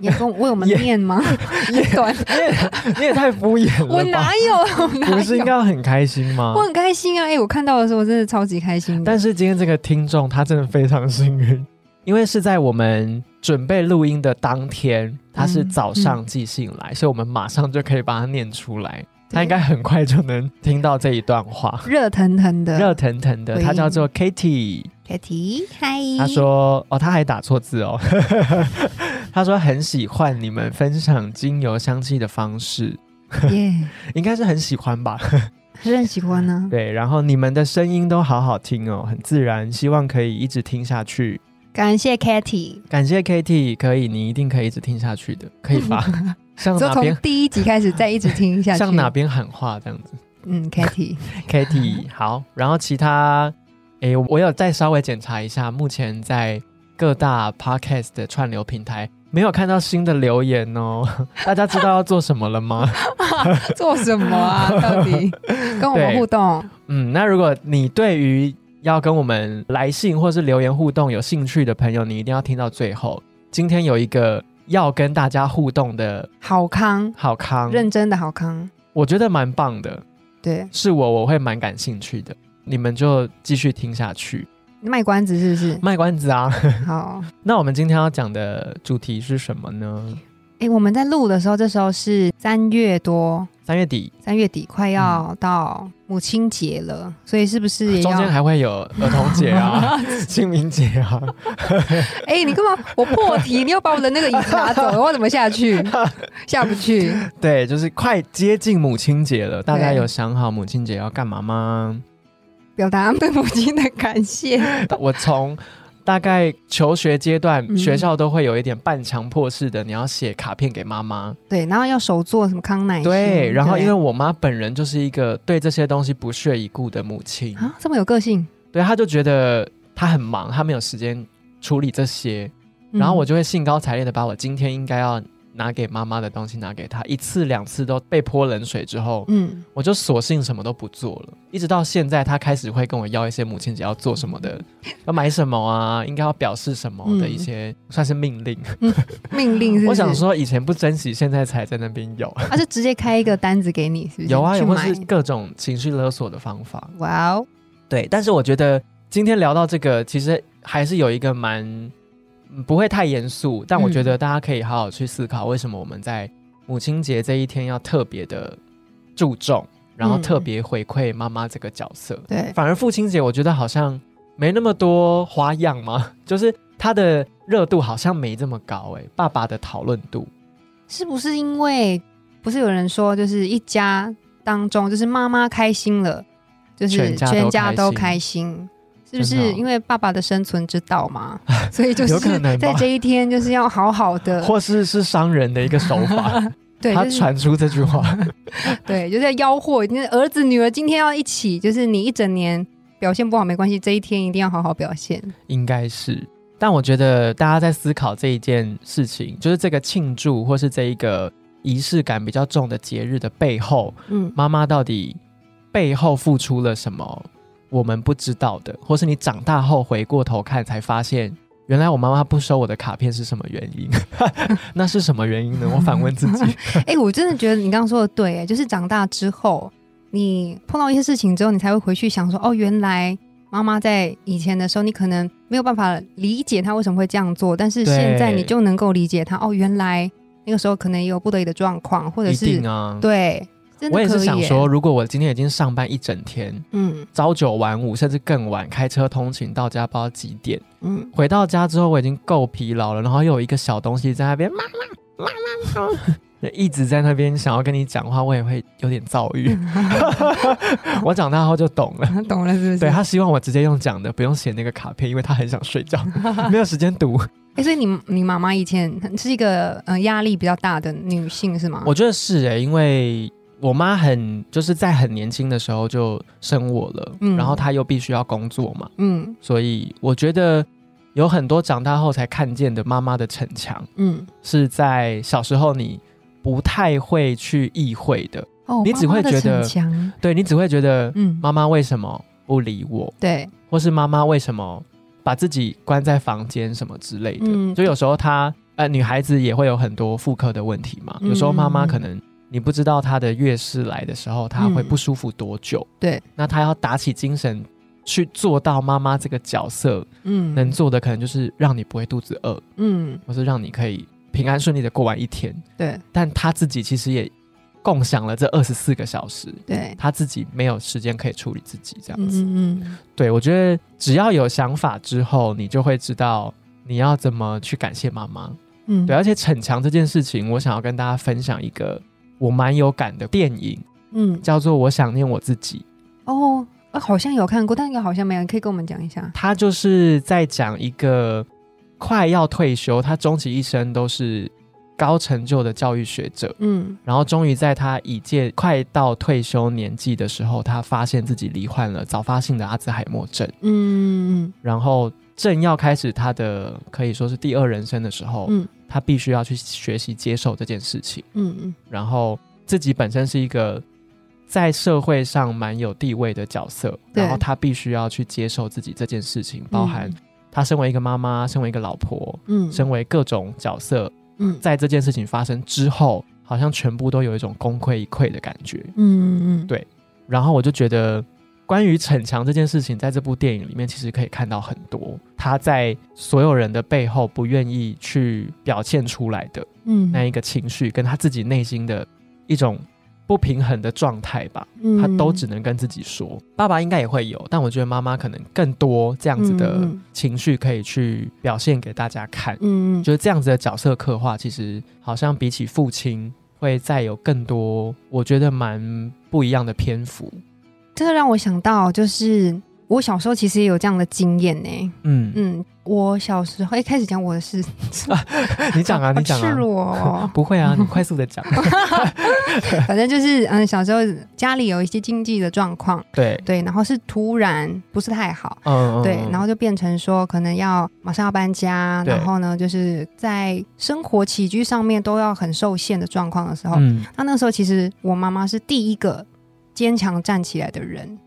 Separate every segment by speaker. Speaker 1: 也跟我 有
Speaker 2: 耶
Speaker 1: 念吗？ 很短，
Speaker 2: 你也你也太敷衍了吧！
Speaker 1: 我哪有？ 我哪
Speaker 2: 不是应
Speaker 1: 有？
Speaker 2: 该很开心吗
Speaker 1: 我？很开心啊！哎、我看到的时候我真的超级开心的。
Speaker 2: 但是今天这个听众他真的非常幸运，因为是在我们准备录音的当天，他是早上寄信来，所以我们马上就可以把它念出来。他应该很快就能听到这一段话，
Speaker 1: 热腾腾的
Speaker 2: 热腾腾的。
Speaker 1: 呃回
Speaker 2: 他叫
Speaker 1: 应
Speaker 2: 做 Kitty，
Speaker 1: Kitty，嗨，
Speaker 2: 他说：“哦，他还打错字哦。 他说很喜欢你们分享精油香气的方式，
Speaker 1: 耶，
Speaker 2: 应该是很喜欢吧？
Speaker 1: 还是很喜欢 呢、
Speaker 2: 对，然后你们的声音都好好听哦，很自然，希望可以一直听下去。
Speaker 1: 感谢 Kitty，
Speaker 2: 感谢 KT，可以，你一定可以一直听下去的，可以 吧？向
Speaker 1: 就
Speaker 2: 哪
Speaker 1: 从
Speaker 2: 边
Speaker 1: 第一集开始再一直听下去。
Speaker 2: 向哪？边喊话这样子
Speaker 1: 嗯，Kitty，
Speaker 2: ？KT 好，然后其他，诶，我有再稍微检查一下，目前在各大 Podcast 的串流平台没有看到新的留言哦。 大家知道要做什么了吗？
Speaker 1: 做什么啊？到 底跟我们
Speaker 2: 对
Speaker 1: 互动？
Speaker 2: 嗯，那如果你对于要跟我们来信或是留言互动有兴趣的朋友，你一定要听到最后。今天有一个要跟大家互动的
Speaker 1: 好康，
Speaker 2: 好康，
Speaker 1: 认真的好康，
Speaker 2: 我觉得蛮棒的，
Speaker 1: 对，
Speaker 2: 是我我会蛮感兴趣的。你们就继续听下去，
Speaker 1: 卖关子是不 是？
Speaker 2: 卖关子啊！
Speaker 1: 好，
Speaker 2: 那我们今天要讲的主题是什么呢？
Speaker 1: 哎，我们在录的时候，这时候是三月多，
Speaker 2: 三月底
Speaker 1: 三月底快要到母亲节了，所以是不是也
Speaker 2: 中
Speaker 1: 要
Speaker 2: 间？还会有儿童 节啊、 清明节啊，
Speaker 1: 哎、你干嘛？我破题，你又把我的那个椅子拿走了，我怎么下 去？下不去。
Speaker 2: 对，就是快接近母亲节了。大家
Speaker 1: 对
Speaker 2: 有想好母亲节要干嘛吗？
Speaker 1: 表达对母亲的感谢。
Speaker 2: 我从大概求学阶段，
Speaker 1: 嗯
Speaker 2: 学校都会有一点半强迫式的，你要写卡片给妈妈。
Speaker 1: 对，然后要手做什么康乃馨，
Speaker 2: 对，然后因为
Speaker 1: 对
Speaker 2: 我妈本人就是一个对这些东西不屑一顾的母亲，
Speaker 1: 啊这么有个性，
Speaker 2: 对，她就觉得她很忙，她没有时间处理这些，
Speaker 1: 嗯
Speaker 2: 然后我就会兴高采烈的把我今天应该要拿给妈妈的东西拿给她，一次两次都被泼冷水之后，
Speaker 1: 嗯，
Speaker 2: 我就索性什么都不做了，一直到现在，她开始会跟我要一些母亲节要做什么的，
Speaker 1: 嗯
Speaker 2: 要买什么啊，应该要表示什么的一些、算是命令。
Speaker 1: 命嗯令是不是
Speaker 2: 我想说以前不珍惜，现在才在那边 有。
Speaker 1: 他啊就直接开一个单子给你，是不是？
Speaker 2: 有啊，
Speaker 1: 去
Speaker 2: 有或
Speaker 1: 买
Speaker 2: 是。各种情绪勒索的方法。
Speaker 1: 哇哦，
Speaker 2: 对，但是我觉得今天聊到这个，其实还是有一个蛮嗯不会太严肃，但我觉
Speaker 1: 嗯
Speaker 2: 得大家可以好好去思考，为什么我们在母亲节这一天要特别的注重，然后
Speaker 1: 嗯
Speaker 2: 特别回馈妈妈这个角色。
Speaker 1: 对，
Speaker 2: 反而父亲节，我觉得好像没那么多花样嘛， 就是它的热度好像没这么高哎、爸爸的讨论度，
Speaker 1: 是不是因为不是有人说，就是一家当中，就是妈妈开心了，就是
Speaker 2: 全家
Speaker 1: 都
Speaker 2: 都开
Speaker 1: 开心。是不
Speaker 2: 真的
Speaker 1: 是
Speaker 2: 哦
Speaker 1: 因为爸爸的生存之道 嘛？所以就
Speaker 2: 有可
Speaker 1: 是
Speaker 2: 能吧
Speaker 1: 在这一天，就是要好好的，
Speaker 2: 或是是商人的一个手法，
Speaker 1: 呃 对，
Speaker 2: 他
Speaker 1: 就是
Speaker 2: 传出这句话，
Speaker 1: 对，就是要吆喝，你的儿子女儿今天要一起，就是你一整年表现不好没关系，这一天一定要好好表现。
Speaker 2: 应该是。但我觉得大家在思考这一件事情，就是这个庆祝或是这一个仪式感比较重的节日的背后，
Speaker 1: 嗯，
Speaker 2: 妈妈到底背后付出了什么我们不知道的，或是你长大后回过头看才发现，原来我妈妈不收我的卡片是什么原因？ 那是什么 原因呢？我反问自己。
Speaker 1: 哎、我真的觉得你刚刚说的对，哎，就是长大之后，你碰到一些事情之后，你才会回去想说，哦，原来妈妈在以前的时候，你可能没有办法理解她为什么会这样做，但是
Speaker 2: 对
Speaker 1: 现在你就能够理解她，哦，原来那个时候可能也有不得已的状况，或者
Speaker 2: 一
Speaker 1: 是、
Speaker 2: 定啊！
Speaker 1: 对，真的
Speaker 2: 我也
Speaker 1: 可
Speaker 2: 是
Speaker 1: 以
Speaker 2: 想
Speaker 1: 耶
Speaker 2: 说，，如果我今天已经上班一整天，
Speaker 1: 嗯
Speaker 2: 朝九晚五，甚至更晚，开车通勤到家不知道几点，
Speaker 1: 嗯，
Speaker 2: 回到家之后我已经够疲劳了，然后又有一个小东西在那边，妈妈妈妈，一直在那边想要跟你讲话，我也会有点躁 郁。我长大后就懂 了。
Speaker 1: 懂了是不是？
Speaker 2: 对他希望我直接用讲的，不用写那个卡片，因为他很想睡觉，没有时间读。
Speaker 1: 哎、所以你你妈妈以前是一个呃压力比较大的女性是吗？
Speaker 2: 我觉得是欸诶、因为我妈很就是在很年轻的时候就生我了，
Speaker 1: 嗯
Speaker 2: 然后她又必须要工作嘛，
Speaker 1: 嗯
Speaker 2: 所以我觉得有很多长大后才看见的妈妈的逞强，
Speaker 1: 嗯
Speaker 2: 是在小时候你不太会去意会的，
Speaker 1: 哦，
Speaker 2: 你只
Speaker 1: 妈妈
Speaker 2: 会
Speaker 1: 的
Speaker 2: 觉
Speaker 1: 逞
Speaker 2: 得
Speaker 1: 强
Speaker 2: 对你只会觉得
Speaker 1: 嗯
Speaker 2: 妈妈为什么不理我，
Speaker 1: 对
Speaker 2: 或是妈妈为什么把自己关在房间什么之类的。
Speaker 1: 嗯
Speaker 2: 就有时候她呃，女孩子也会有很多妇科的问题嘛。
Speaker 1: 嗯
Speaker 2: 有时候妈妈可能你不知道她的月事来的时候，她会不舒服多久。
Speaker 1: 嗯对，
Speaker 2: 那她要打起精神去做到妈妈这个角色
Speaker 1: 嗯
Speaker 2: 能做的，可能就是让你不会肚子饿，
Speaker 1: 嗯
Speaker 2: 或是让你可以平安顺利的过完一天。
Speaker 1: 对
Speaker 2: 但她自己其实也共享了这二十四个小时，
Speaker 1: 对
Speaker 2: 她自己没有时间可以处理自己这样
Speaker 1: 嗯
Speaker 2: 子。
Speaker 1: 嗯嗯
Speaker 2: 对，我觉得只要有想法之后，你就会知道你要怎么去感谢妈妈。
Speaker 1: 嗯
Speaker 2: 对，而且逞强这件事情，我想要跟大家分享一个我蛮有感的电影，
Speaker 1: 嗯
Speaker 2: 叫做《我想念我自己》。
Speaker 1: 哦、呃好像有看过，但也好像没有，你可以跟我们讲一下。
Speaker 2: 它就是在讲一个快要退休，他终其一生都是高成就的教育学者，
Speaker 1: 嗯
Speaker 2: 然后终于在他已届快到退休年纪的时候，他发现自己罹患了早发性的阿兹海默症。
Speaker 1: 嗯
Speaker 2: 然后正要开始他的可以说是第二人生的时候，
Speaker 1: 嗯
Speaker 2: 他必须要去学习接受这件事情，
Speaker 1: 嗯嗯
Speaker 2: 然后自己本身是一个在社会上蛮有地位的角色，
Speaker 1: 对
Speaker 2: 然后他必须要去接受自己这件事情，包含
Speaker 1: 嗯
Speaker 2: 他身为一个妈妈，身为一个老婆，
Speaker 1: 嗯，
Speaker 2: 身为各种角色，
Speaker 1: 嗯
Speaker 2: 在这件事情发生之后，好像全部都有一种功亏一篑的感觉。
Speaker 1: 嗯嗯
Speaker 2: 对然后我就觉得，关于逞强这件事情，在这部电影里面其实可以看到很多他在所有人的背后不愿意去表现出来的
Speaker 1: 嗯
Speaker 2: 那一个情绪，跟他自己内心的一种不平衡的状态吧。
Speaker 1: 嗯
Speaker 2: 他都只能跟自己说，爸爸应该也会有，但我觉得妈妈可能更多这样子的
Speaker 1: 嗯嗯
Speaker 2: 情绪可以去表现给大家看。
Speaker 1: 嗯嗯
Speaker 2: 觉得这样子的角色刻画，其实好像比起父亲会再有更多，我觉得蛮不一样的篇幅。
Speaker 1: 这个让我想到，就是我小时候其实也有这样的经验呢、
Speaker 2: 嗯，
Speaker 1: 嗯，我小时候一开始讲我的事，
Speaker 2: 你讲啊，
Speaker 1: 好
Speaker 2: 你讲
Speaker 1: 嗯赤
Speaker 2: 啊，
Speaker 1: 裸 哦
Speaker 2: 不会啊，你快速 的讲。
Speaker 1: 反正就是嗯，小时候家里有一些经济的状况，
Speaker 2: 对，
Speaker 1: 对，然后是突然不是太好，
Speaker 2: 嗯，嗯
Speaker 1: 对，
Speaker 2: 嗯
Speaker 1: 然后就变成说可能要马上要搬家，
Speaker 2: 对
Speaker 1: 然后呢，就是在生活起居上面都要很受限的状况的时候，
Speaker 2: 嗯
Speaker 1: 那那个时候其实我妈妈是第一个坚强站起来的人，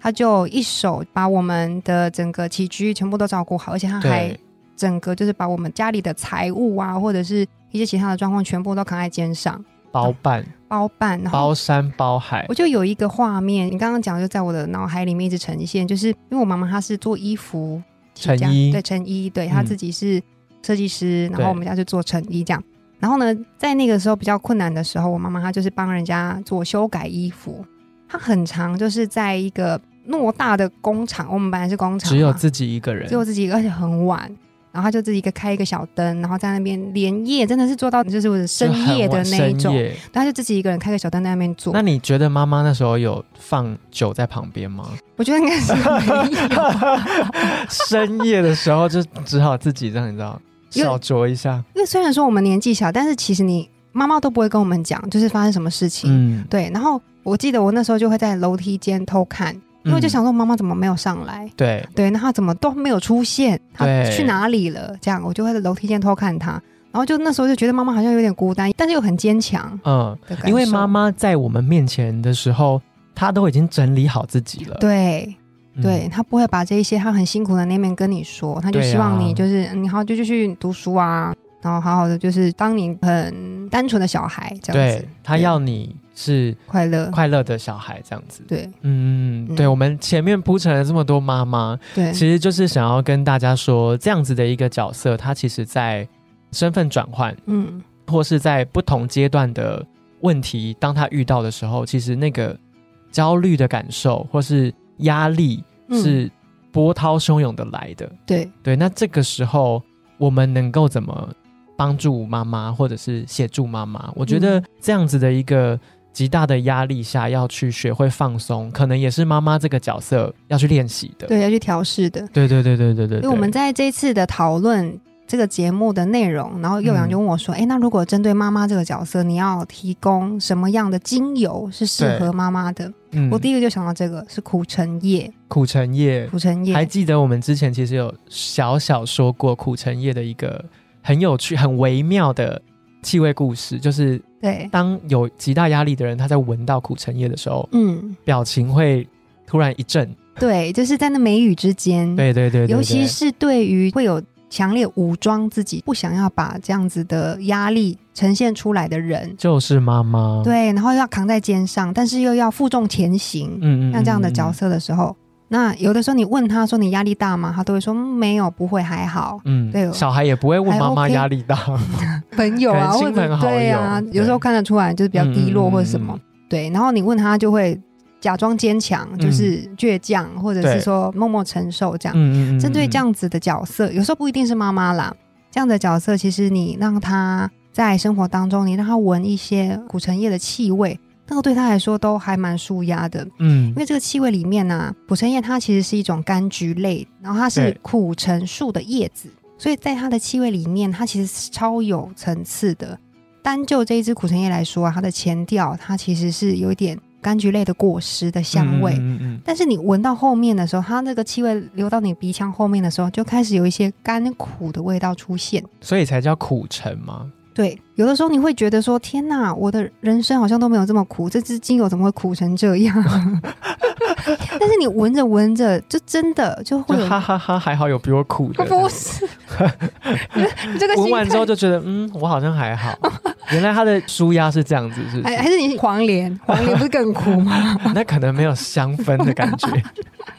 Speaker 1: 她就一手把我们的整个起居全部都照顾好，而且她还
Speaker 2: 对，
Speaker 1: 整个就是把我们家里的财务啊，或者是一些其他的状况全部都扛在肩上
Speaker 2: 包办、
Speaker 1: 包办，嗯然后
Speaker 2: 包山包海
Speaker 1: 我，就有一个画面，你刚刚讲就在我的脑海里面一直呈现，就是因为我妈妈她是做衣服起家，
Speaker 2: 成衣
Speaker 1: 对成衣，对她
Speaker 2: 嗯
Speaker 1: 自己是设计师，然
Speaker 2: 对
Speaker 1: 后我们家就做成衣这样。然后呢，在那个时候比较困难的时候，我妈妈她就是帮人家做修改衣服，她很长就是在一个偌大的工厂，我们本来是工厂嘛，
Speaker 2: 只有自己一个人
Speaker 1: 只。有自己一个，而且很晚。然后她就自己一个开一个小灯，然后在那边连夜，真的是做到就是我的深
Speaker 2: 就很
Speaker 1: 夜的
Speaker 2: 晚
Speaker 1: 那一
Speaker 2: 深
Speaker 1: 种。
Speaker 2: 夜
Speaker 1: 她就自己一个人开个小灯在那边做。
Speaker 2: 那你觉得妈妈那时候有放酒在旁 边吗？
Speaker 1: 我觉得应该是没有。
Speaker 2: 深夜的时候就只好自己让你知道
Speaker 1: 因为
Speaker 2: 小酌一下。
Speaker 1: 因为虽然说我们年纪小，但是其实你妈妈都不会跟我们讲，就是发生什么事情。
Speaker 2: 嗯，
Speaker 1: 对，然后我记得我那时候就会在楼梯间偷看，因为我就
Speaker 2: 嗯
Speaker 1: 想说妈妈怎么没有上来？
Speaker 2: 对，
Speaker 1: 对，那她怎么都没有出现？她
Speaker 2: 对
Speaker 1: 去哪里了？这样我就会在楼梯间偷看她。然后就那时候就觉得妈妈好像有点孤单，但是又很坚强
Speaker 2: 嗯，
Speaker 1: 的感受。
Speaker 2: 因为妈妈在我们面前的时候，她都已经整理好自己了。
Speaker 1: 对
Speaker 2: 嗯
Speaker 1: 对，她不会把这一些她很辛苦的那面跟你说，她就
Speaker 2: 对啊
Speaker 1: 希望你就是、嗯你好好就继续读书啊，然后好好的就是当你很单纯的小孩这样子
Speaker 2: 对，她要你是
Speaker 1: 快乐。
Speaker 2: 快乐的小孩这样子。
Speaker 1: 嗯对
Speaker 2: 嗯，
Speaker 1: 嗯
Speaker 2: 对，我们前面铺陈了这么多妈妈，
Speaker 1: 对，
Speaker 2: 其实就是想要跟大家说，这样子的一个角色，她其实在身份转换，
Speaker 1: 嗯
Speaker 2: 或是在不同阶段的问题，当她遇到的时候，其实那个焦虑的感受或是压力
Speaker 1: 嗯
Speaker 2: 是波涛汹涌的来的。
Speaker 1: 对，
Speaker 2: 对，那这个时候我们能够怎么帮助妈妈，或者是协助妈妈？我觉得
Speaker 1: 嗯
Speaker 2: 这样子的一个极大的压力下，要去学会放松，可能也是妈妈这个角色要去练习的。
Speaker 1: 对要去调试的。
Speaker 2: 对对对对对对对，
Speaker 1: 因为我们在这一次的讨论这个节目的内容，然后幼
Speaker 2: 嗯
Speaker 1: 阳就问我说：“哎、那如果针对妈妈这个角色，你要提供什么样的精油是适合妈妈的？”
Speaker 2: 嗯
Speaker 1: 我第一个就想到这个是苦橙叶，
Speaker 2: 苦橙叶，
Speaker 1: 苦橙叶
Speaker 2: 还记得我们之前其实有小小说过苦橙叶的一个很有趣、很微妙的气味故事，就是
Speaker 1: 对，
Speaker 2: 当有极大压力的人，他在闻到苦橙叶的时候，
Speaker 1: 嗯，
Speaker 2: 表情会突然一震。
Speaker 1: 对，就是在那眉宇之间，
Speaker 2: 对对对对
Speaker 1: 嗯
Speaker 2: 对
Speaker 1: 尤其是对于会有强烈武装自己，不想要把这样子的压力呈现出来的人，
Speaker 2: 就是妈妈。
Speaker 1: 对，然后要扛在肩上，但是又要负重前行，
Speaker 2: 嗯，嗯嗯，
Speaker 1: 像这样的
Speaker 2: 嗯
Speaker 1: 角。色的时候，那有的时候你问他说你压力大吗？他都会说嗯没有，不会，还好。
Speaker 2: 嗯，
Speaker 1: 对哦
Speaker 2: 小孩也不会问
Speaker 1: 还
Speaker 2: 妈妈
Speaker 1: OK 嗯
Speaker 2: 压 力大。嗯
Speaker 1: 朋友啊，
Speaker 2: 可能
Speaker 1: 或
Speaker 2: 亲朋
Speaker 1: 者
Speaker 2: 好友
Speaker 1: 对啊，
Speaker 2: 对
Speaker 1: 有时候看得出来就是比较低落
Speaker 2: 嗯嗯嗯嗯
Speaker 1: 或者什么。对，然后你问他就会假装坚强，就是倔强，或者
Speaker 2: 对
Speaker 1: 是说默默承受这样。
Speaker 2: 嗯嗯嗯，
Speaker 1: 针对这
Speaker 2: 嗯，
Speaker 1: 样子的角色，有时候不一定是妈妈啦，这样的角色，其实你让他在生活当中，你让他闻一些古橙叶的气味，那个对他来说都还蛮舒压的。
Speaker 2: 嗯
Speaker 1: 因，为这个气味里面呢、苦橙叶它其实是一种柑橘类，然后它是
Speaker 2: 对
Speaker 1: 苦橙树的叶子，所以在它的气味里面，它其实是超有层次的。单就这一支苦橙叶来说啊，它的前调它其实是有一点柑橘类的果实的香味，
Speaker 2: 嗯嗯嗯
Speaker 1: 但是你闻到后面的时候，它那个气味流到你鼻腔后面的时候，就开始有一些甘苦的味道出现。
Speaker 2: 嗯所以才叫苦橙嘛。
Speaker 1: 对，有的时候你会觉得说：“天哪，我的人生好像都没有这么苦，这支精油怎么会苦成这样？” 但是你闻着闻着，就真的就
Speaker 2: 就
Speaker 1: 会有
Speaker 2: 哈哈哈，还好有比我苦的。
Speaker 1: 不是你这个
Speaker 2: 闻
Speaker 1: 心
Speaker 2: 完之
Speaker 1: 态
Speaker 2: 后，就觉得，嗯，我好像还好。 原来他的舒压是这样子，是不
Speaker 1: 还
Speaker 2: 是？
Speaker 1: 哎还是你黄连，黄连不是更苦吗？
Speaker 2: 那可能没有香氛的感觉。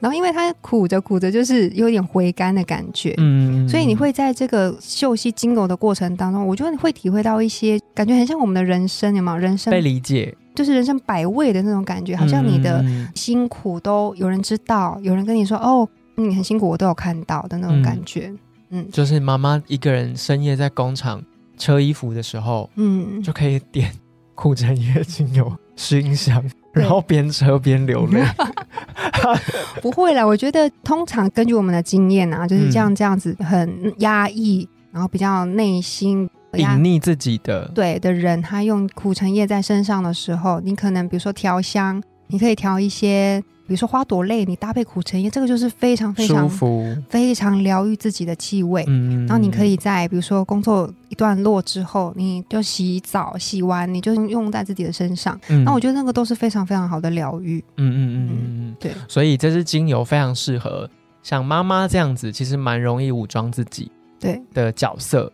Speaker 1: 然后因为它苦着苦着，就是有点回甘的感觉。
Speaker 2: 嗯，
Speaker 1: 所以你会在这个嗅吸精油的过程当中，我觉得你会体会到一些感觉很像我们的人生，有没有？人生
Speaker 2: 被理解，
Speaker 1: 就是人生百味的那种感觉，好像你的
Speaker 2: 嗯
Speaker 1: 辛苦都有人知道，有人跟你说哦，你很辛苦，我都有看到的那种感觉。嗯
Speaker 2: 就是妈妈一个人深夜在工厂车衣服的时候，
Speaker 1: 嗯，
Speaker 2: 就可以点苦橙叶精油熏香，然后边车边流
Speaker 1: 嗯
Speaker 2: 泪。
Speaker 1: 不会啦。我觉得通常根据我们的经验啊，就是这样
Speaker 2: 嗯
Speaker 1: 这样子很压抑，然后比较内心
Speaker 2: 隐
Speaker 1: 压
Speaker 2: 匿自己的，
Speaker 1: 对的人，他用苦橙叶在身上的时候，你可能比如说调香，你可以调一些，比如说花朵类，你搭配苦橙叶，这个就是非常非
Speaker 2: 舒
Speaker 1: 常
Speaker 2: 服，
Speaker 1: 非常疗愈自己的气味。
Speaker 2: 嗯，
Speaker 1: 然后你可以在比如说工作一段落之后，你就洗澡，洗完你就用在自己的身上。
Speaker 2: 嗯，
Speaker 1: 那我
Speaker 2: 就
Speaker 1: 觉得那个都是非常非常好的疗愈。
Speaker 2: 嗯嗯嗯嗯嗯，
Speaker 1: 对，
Speaker 2: 所以这支精油非常适合像妈妈这样子，其实蛮容易武装自己
Speaker 1: 对
Speaker 2: 的角色。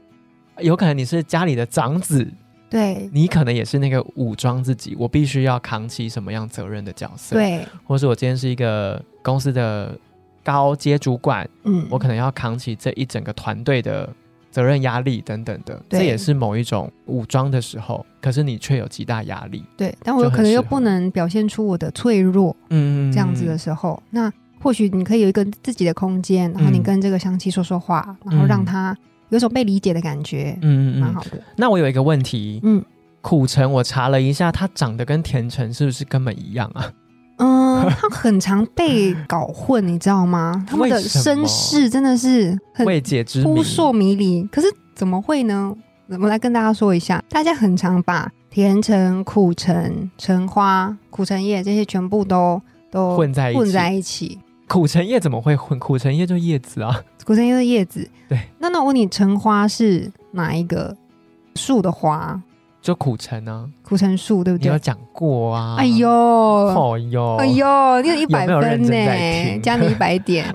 Speaker 2: 有可能你是家里的长子，
Speaker 1: 对
Speaker 2: 你可能也是那个武装自己，我必须要扛起什么样责任的角色。，
Speaker 1: 对，
Speaker 2: 或是我今天是一个公司的高阶主管，
Speaker 1: 嗯，
Speaker 2: 我可能要扛起这一整个团队的责任压力等等的，
Speaker 1: 对
Speaker 2: 这也是某一种武装的时候，可是你却有极大压力，
Speaker 1: 对，但我
Speaker 2: 就很
Speaker 1: 可能又
Speaker 2: 适合
Speaker 1: 不能表现出我的脆弱，
Speaker 2: 嗯
Speaker 1: 这样子的时候，那或许你可以有一个自己的空间，然后
Speaker 2: 嗯
Speaker 1: 你跟这个香气说说话，然后让它有一种被理解的感觉，
Speaker 2: 嗯嗯
Speaker 1: 蛮
Speaker 2: 嗯
Speaker 1: 好。的。
Speaker 2: 那我有一个问题，
Speaker 1: 嗯
Speaker 2: 苦橙我查了一下，它长得跟甜橙是不是根本一样啊？
Speaker 1: 嗯，它很常被搞混，你知道吗？他们的
Speaker 2: 为什么
Speaker 1: 身世真的是很
Speaker 2: 未解之谜
Speaker 1: 扑。朔迷离。可是怎么会呢？我们来跟大家说一下，大家很常把甜橙、苦橙、橙花、苦橙叶这些全部都都
Speaker 2: 混在一起，
Speaker 1: 混在一起。
Speaker 2: 苦橙叶怎么会混？苦橙叶就叶子啊，
Speaker 1: 苦橙叶的叶子，
Speaker 2: 对。
Speaker 1: 那那我问你，橙花是哪一个树的花？
Speaker 2: 就苦橙啊，
Speaker 1: 苦橙树对不
Speaker 2: 你有
Speaker 1: 对？
Speaker 2: 讲过啊。
Speaker 1: 哎呦，
Speaker 2: 哦哟，
Speaker 1: 哎呦，你有一百
Speaker 2: 有没有
Speaker 1: 分
Speaker 2: 认
Speaker 1: 呢、
Speaker 2: 真在听
Speaker 1: 加你一百点。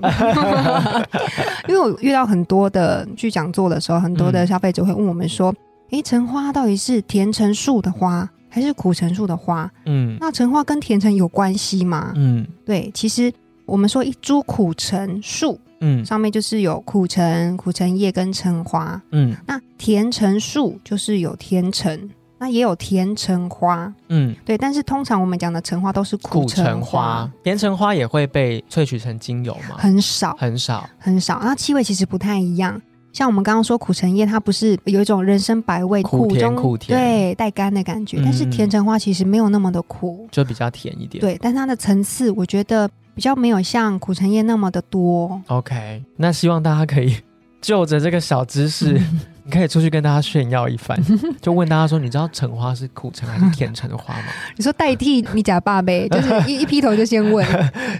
Speaker 1: 因为我遇到很多的去讲座的时候，很多的
Speaker 2: 嗯
Speaker 1: 消费者会问我们说：“诶，橙花到底是甜橙树的花还是苦橙树的花？
Speaker 2: 嗯
Speaker 1: 那橙花跟甜橙有关系吗？”
Speaker 2: 嗯
Speaker 1: 对，其实我们说一株苦橙树
Speaker 2: 嗯
Speaker 1: 上面就是有苦橙、苦橙叶跟橙花，
Speaker 2: 嗯
Speaker 1: 那甜橙树就是有甜橙，那也有甜橙花。
Speaker 2: 嗯，
Speaker 1: 对，但是通常我们讲的橙花都是苦
Speaker 2: 苦
Speaker 1: 橙
Speaker 2: 橙花，甜橙花也会被萃取成精油吗？
Speaker 1: 很少
Speaker 2: 很少，
Speaker 1: 很少，那气味其实不太一样。像我们刚刚说苦橙叶，它不是有一种人参百味
Speaker 2: 苦甜
Speaker 1: 中
Speaker 2: 苦甜
Speaker 1: 对带甘的感觉，但是
Speaker 2: 嗯
Speaker 1: 甜橙花其实没有那么的苦，
Speaker 2: 就比较甜一点。
Speaker 1: 对，但它的层次我觉得比较没有像苦橙叶那么的多。
Speaker 2: OK，那希望大家可以 就着这个小知识，你可以出去跟大家炫耀一番，就问大家说，你知道橙花是苦橙还是甜橙花吗？
Speaker 1: 你说代替你假爸呗，就是一一劈头就先问，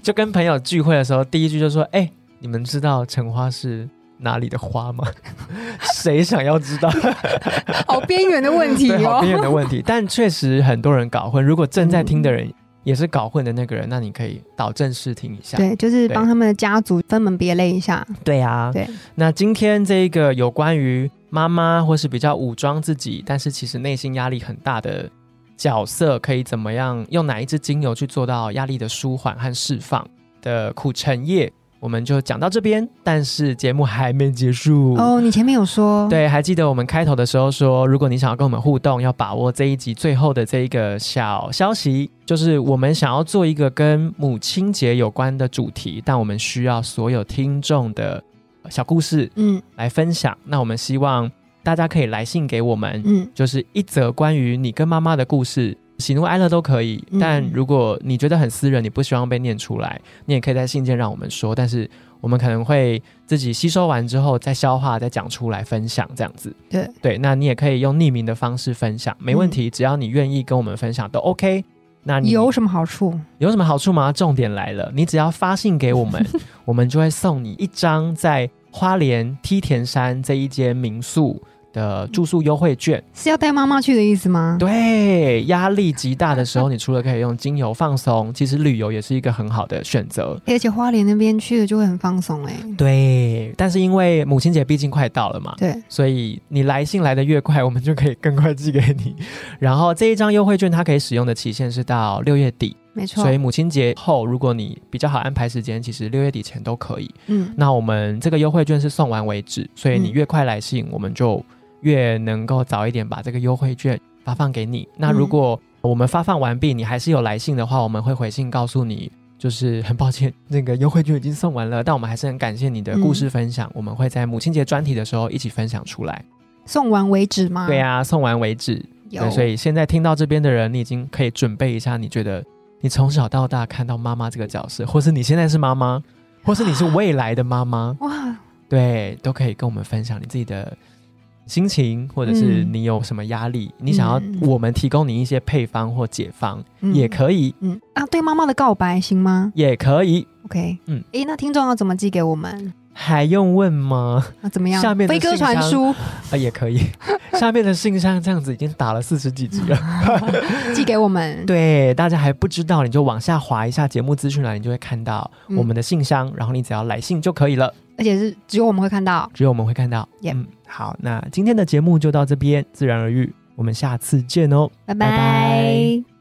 Speaker 2: 就跟朋友聚会的时候，第一句就说：“哎、你们知道橙花是哪里的花吗？” 谁想要知道？
Speaker 1: 好边缘的问题
Speaker 2: 对，好
Speaker 1: 哦
Speaker 2: 边。缘的问题。但确实很多人搞混。如果正在听的人也是搞混的那个人，那你可以导正视听一下。
Speaker 1: 对，就是帮他们的家族分门别类一下。
Speaker 2: 对啊
Speaker 1: 对，
Speaker 2: 那今天这一个有关于妈妈或是比较武装自己，但是其实内心压力很大的角色，可以怎么样用哪一支精油去做到压力的舒缓和释放的苦橙叶，我们就讲到这边。但是节目还没结束。
Speaker 1: 哦，你前面有说，
Speaker 2: 对，还记得我们开头的时候说，如果你想要跟我们互动，要把握这一集最后的这一个小消息，就是我们想要做一个跟母亲节有关的主题，但我们需要所有听众的呃小故事
Speaker 1: 嗯
Speaker 2: 来分享。那我们希望大家可以来信给我们，
Speaker 1: 嗯，
Speaker 2: 就是一则关于你跟妈妈的故事，喜怒哀乐都可以
Speaker 1: 嗯。
Speaker 2: 但如果你觉得很私人，你不希望被念出来，你也可以在信件让我们说，但是我们可能会自己吸收完之后再消化，再讲出来分享这样子。
Speaker 1: 对，
Speaker 2: 对，那你也可以用匿名的方式分享，没问题，只要你愿意跟我们分享都 OK。那
Speaker 1: 嗯
Speaker 2: 你
Speaker 1: 有什么好处？
Speaker 2: 有什么好处吗？重点来了，你只要发信给我 们，我们就会送你一张在花莲梯田山这一间民宿的住宿优惠券。
Speaker 1: 是要带妈妈去的意思 吗？
Speaker 2: 对，压力极大的时候，你除了可以用精油放松，其实旅游也是一个很好的选择。
Speaker 1: 而且花莲那边去了就会很放松哎、
Speaker 2: 对，但是因为母亲节毕竟快到了嘛，
Speaker 1: 对，
Speaker 2: 所以你来信来的越快，我们就可以更快寄给你。然后这一张优惠券它可以使用的期限是到六月底，
Speaker 1: 没错
Speaker 2: 所。以母亲节后，如果你比较好安排时间，其实六月底前都可以。
Speaker 1: 嗯，
Speaker 2: 那我们这个优惠券是送完为止，所以你
Speaker 1: 嗯
Speaker 2: 越快来信，我们就越能够早一点把这个优惠券发放给你。那如果
Speaker 1: 嗯
Speaker 2: 我们发放完毕，你还是有来信的话，我们会回信告诉你，就是很抱歉，那个优惠券已经送完了，但我们还是很感谢你的故事分享，我们会在母亲节专题的时候一起分享出来。
Speaker 1: 送完为止吗？
Speaker 2: 对，啊，送完为止。
Speaker 1: 嗯有
Speaker 2: 对，。所以现在听到这边的人，你已经可以准备一下，你觉得你从小到大看到妈妈这个角色，或是你现在是妈妈，或是你是未来的妈妈。
Speaker 1: 哇，
Speaker 2: 对，都可以跟我们分享你自己的心情，或者是
Speaker 1: 嗯
Speaker 2: 你有什么压力，你想要我们提供你一些配方或解方，
Speaker 1: 嗯
Speaker 2: 也可以，
Speaker 1: 嗯啊，对妈妈的告白行吗
Speaker 2: 也可以，
Speaker 1: ？OK，嗯
Speaker 2: 嗯，
Speaker 1: 诶，那听众要怎么寄给我们？
Speaker 2: 还用问吗？
Speaker 1: 那、怎么样？
Speaker 2: 下面的
Speaker 1: 飞鸽
Speaker 2: 信箱
Speaker 1: 传书
Speaker 2: 啊，也 可以。下面的信箱这样子已经打了四十几集 了，
Speaker 1: 寄给我们，
Speaker 2: 对，大家还不知道，你就往下滑一下节目资讯栏，你就会看到
Speaker 1: 嗯
Speaker 2: 我们的信箱，然后你只要来信就可以了，
Speaker 1: 而且是只有我们会看到。
Speaker 2: 只有我们会看到。
Speaker 1: Yep
Speaker 2: 嗯，好，那今天的节目就到这边，自然而愈，我们下次见哦。
Speaker 1: 拜
Speaker 2: 拜
Speaker 1: 拜
Speaker 2: 拜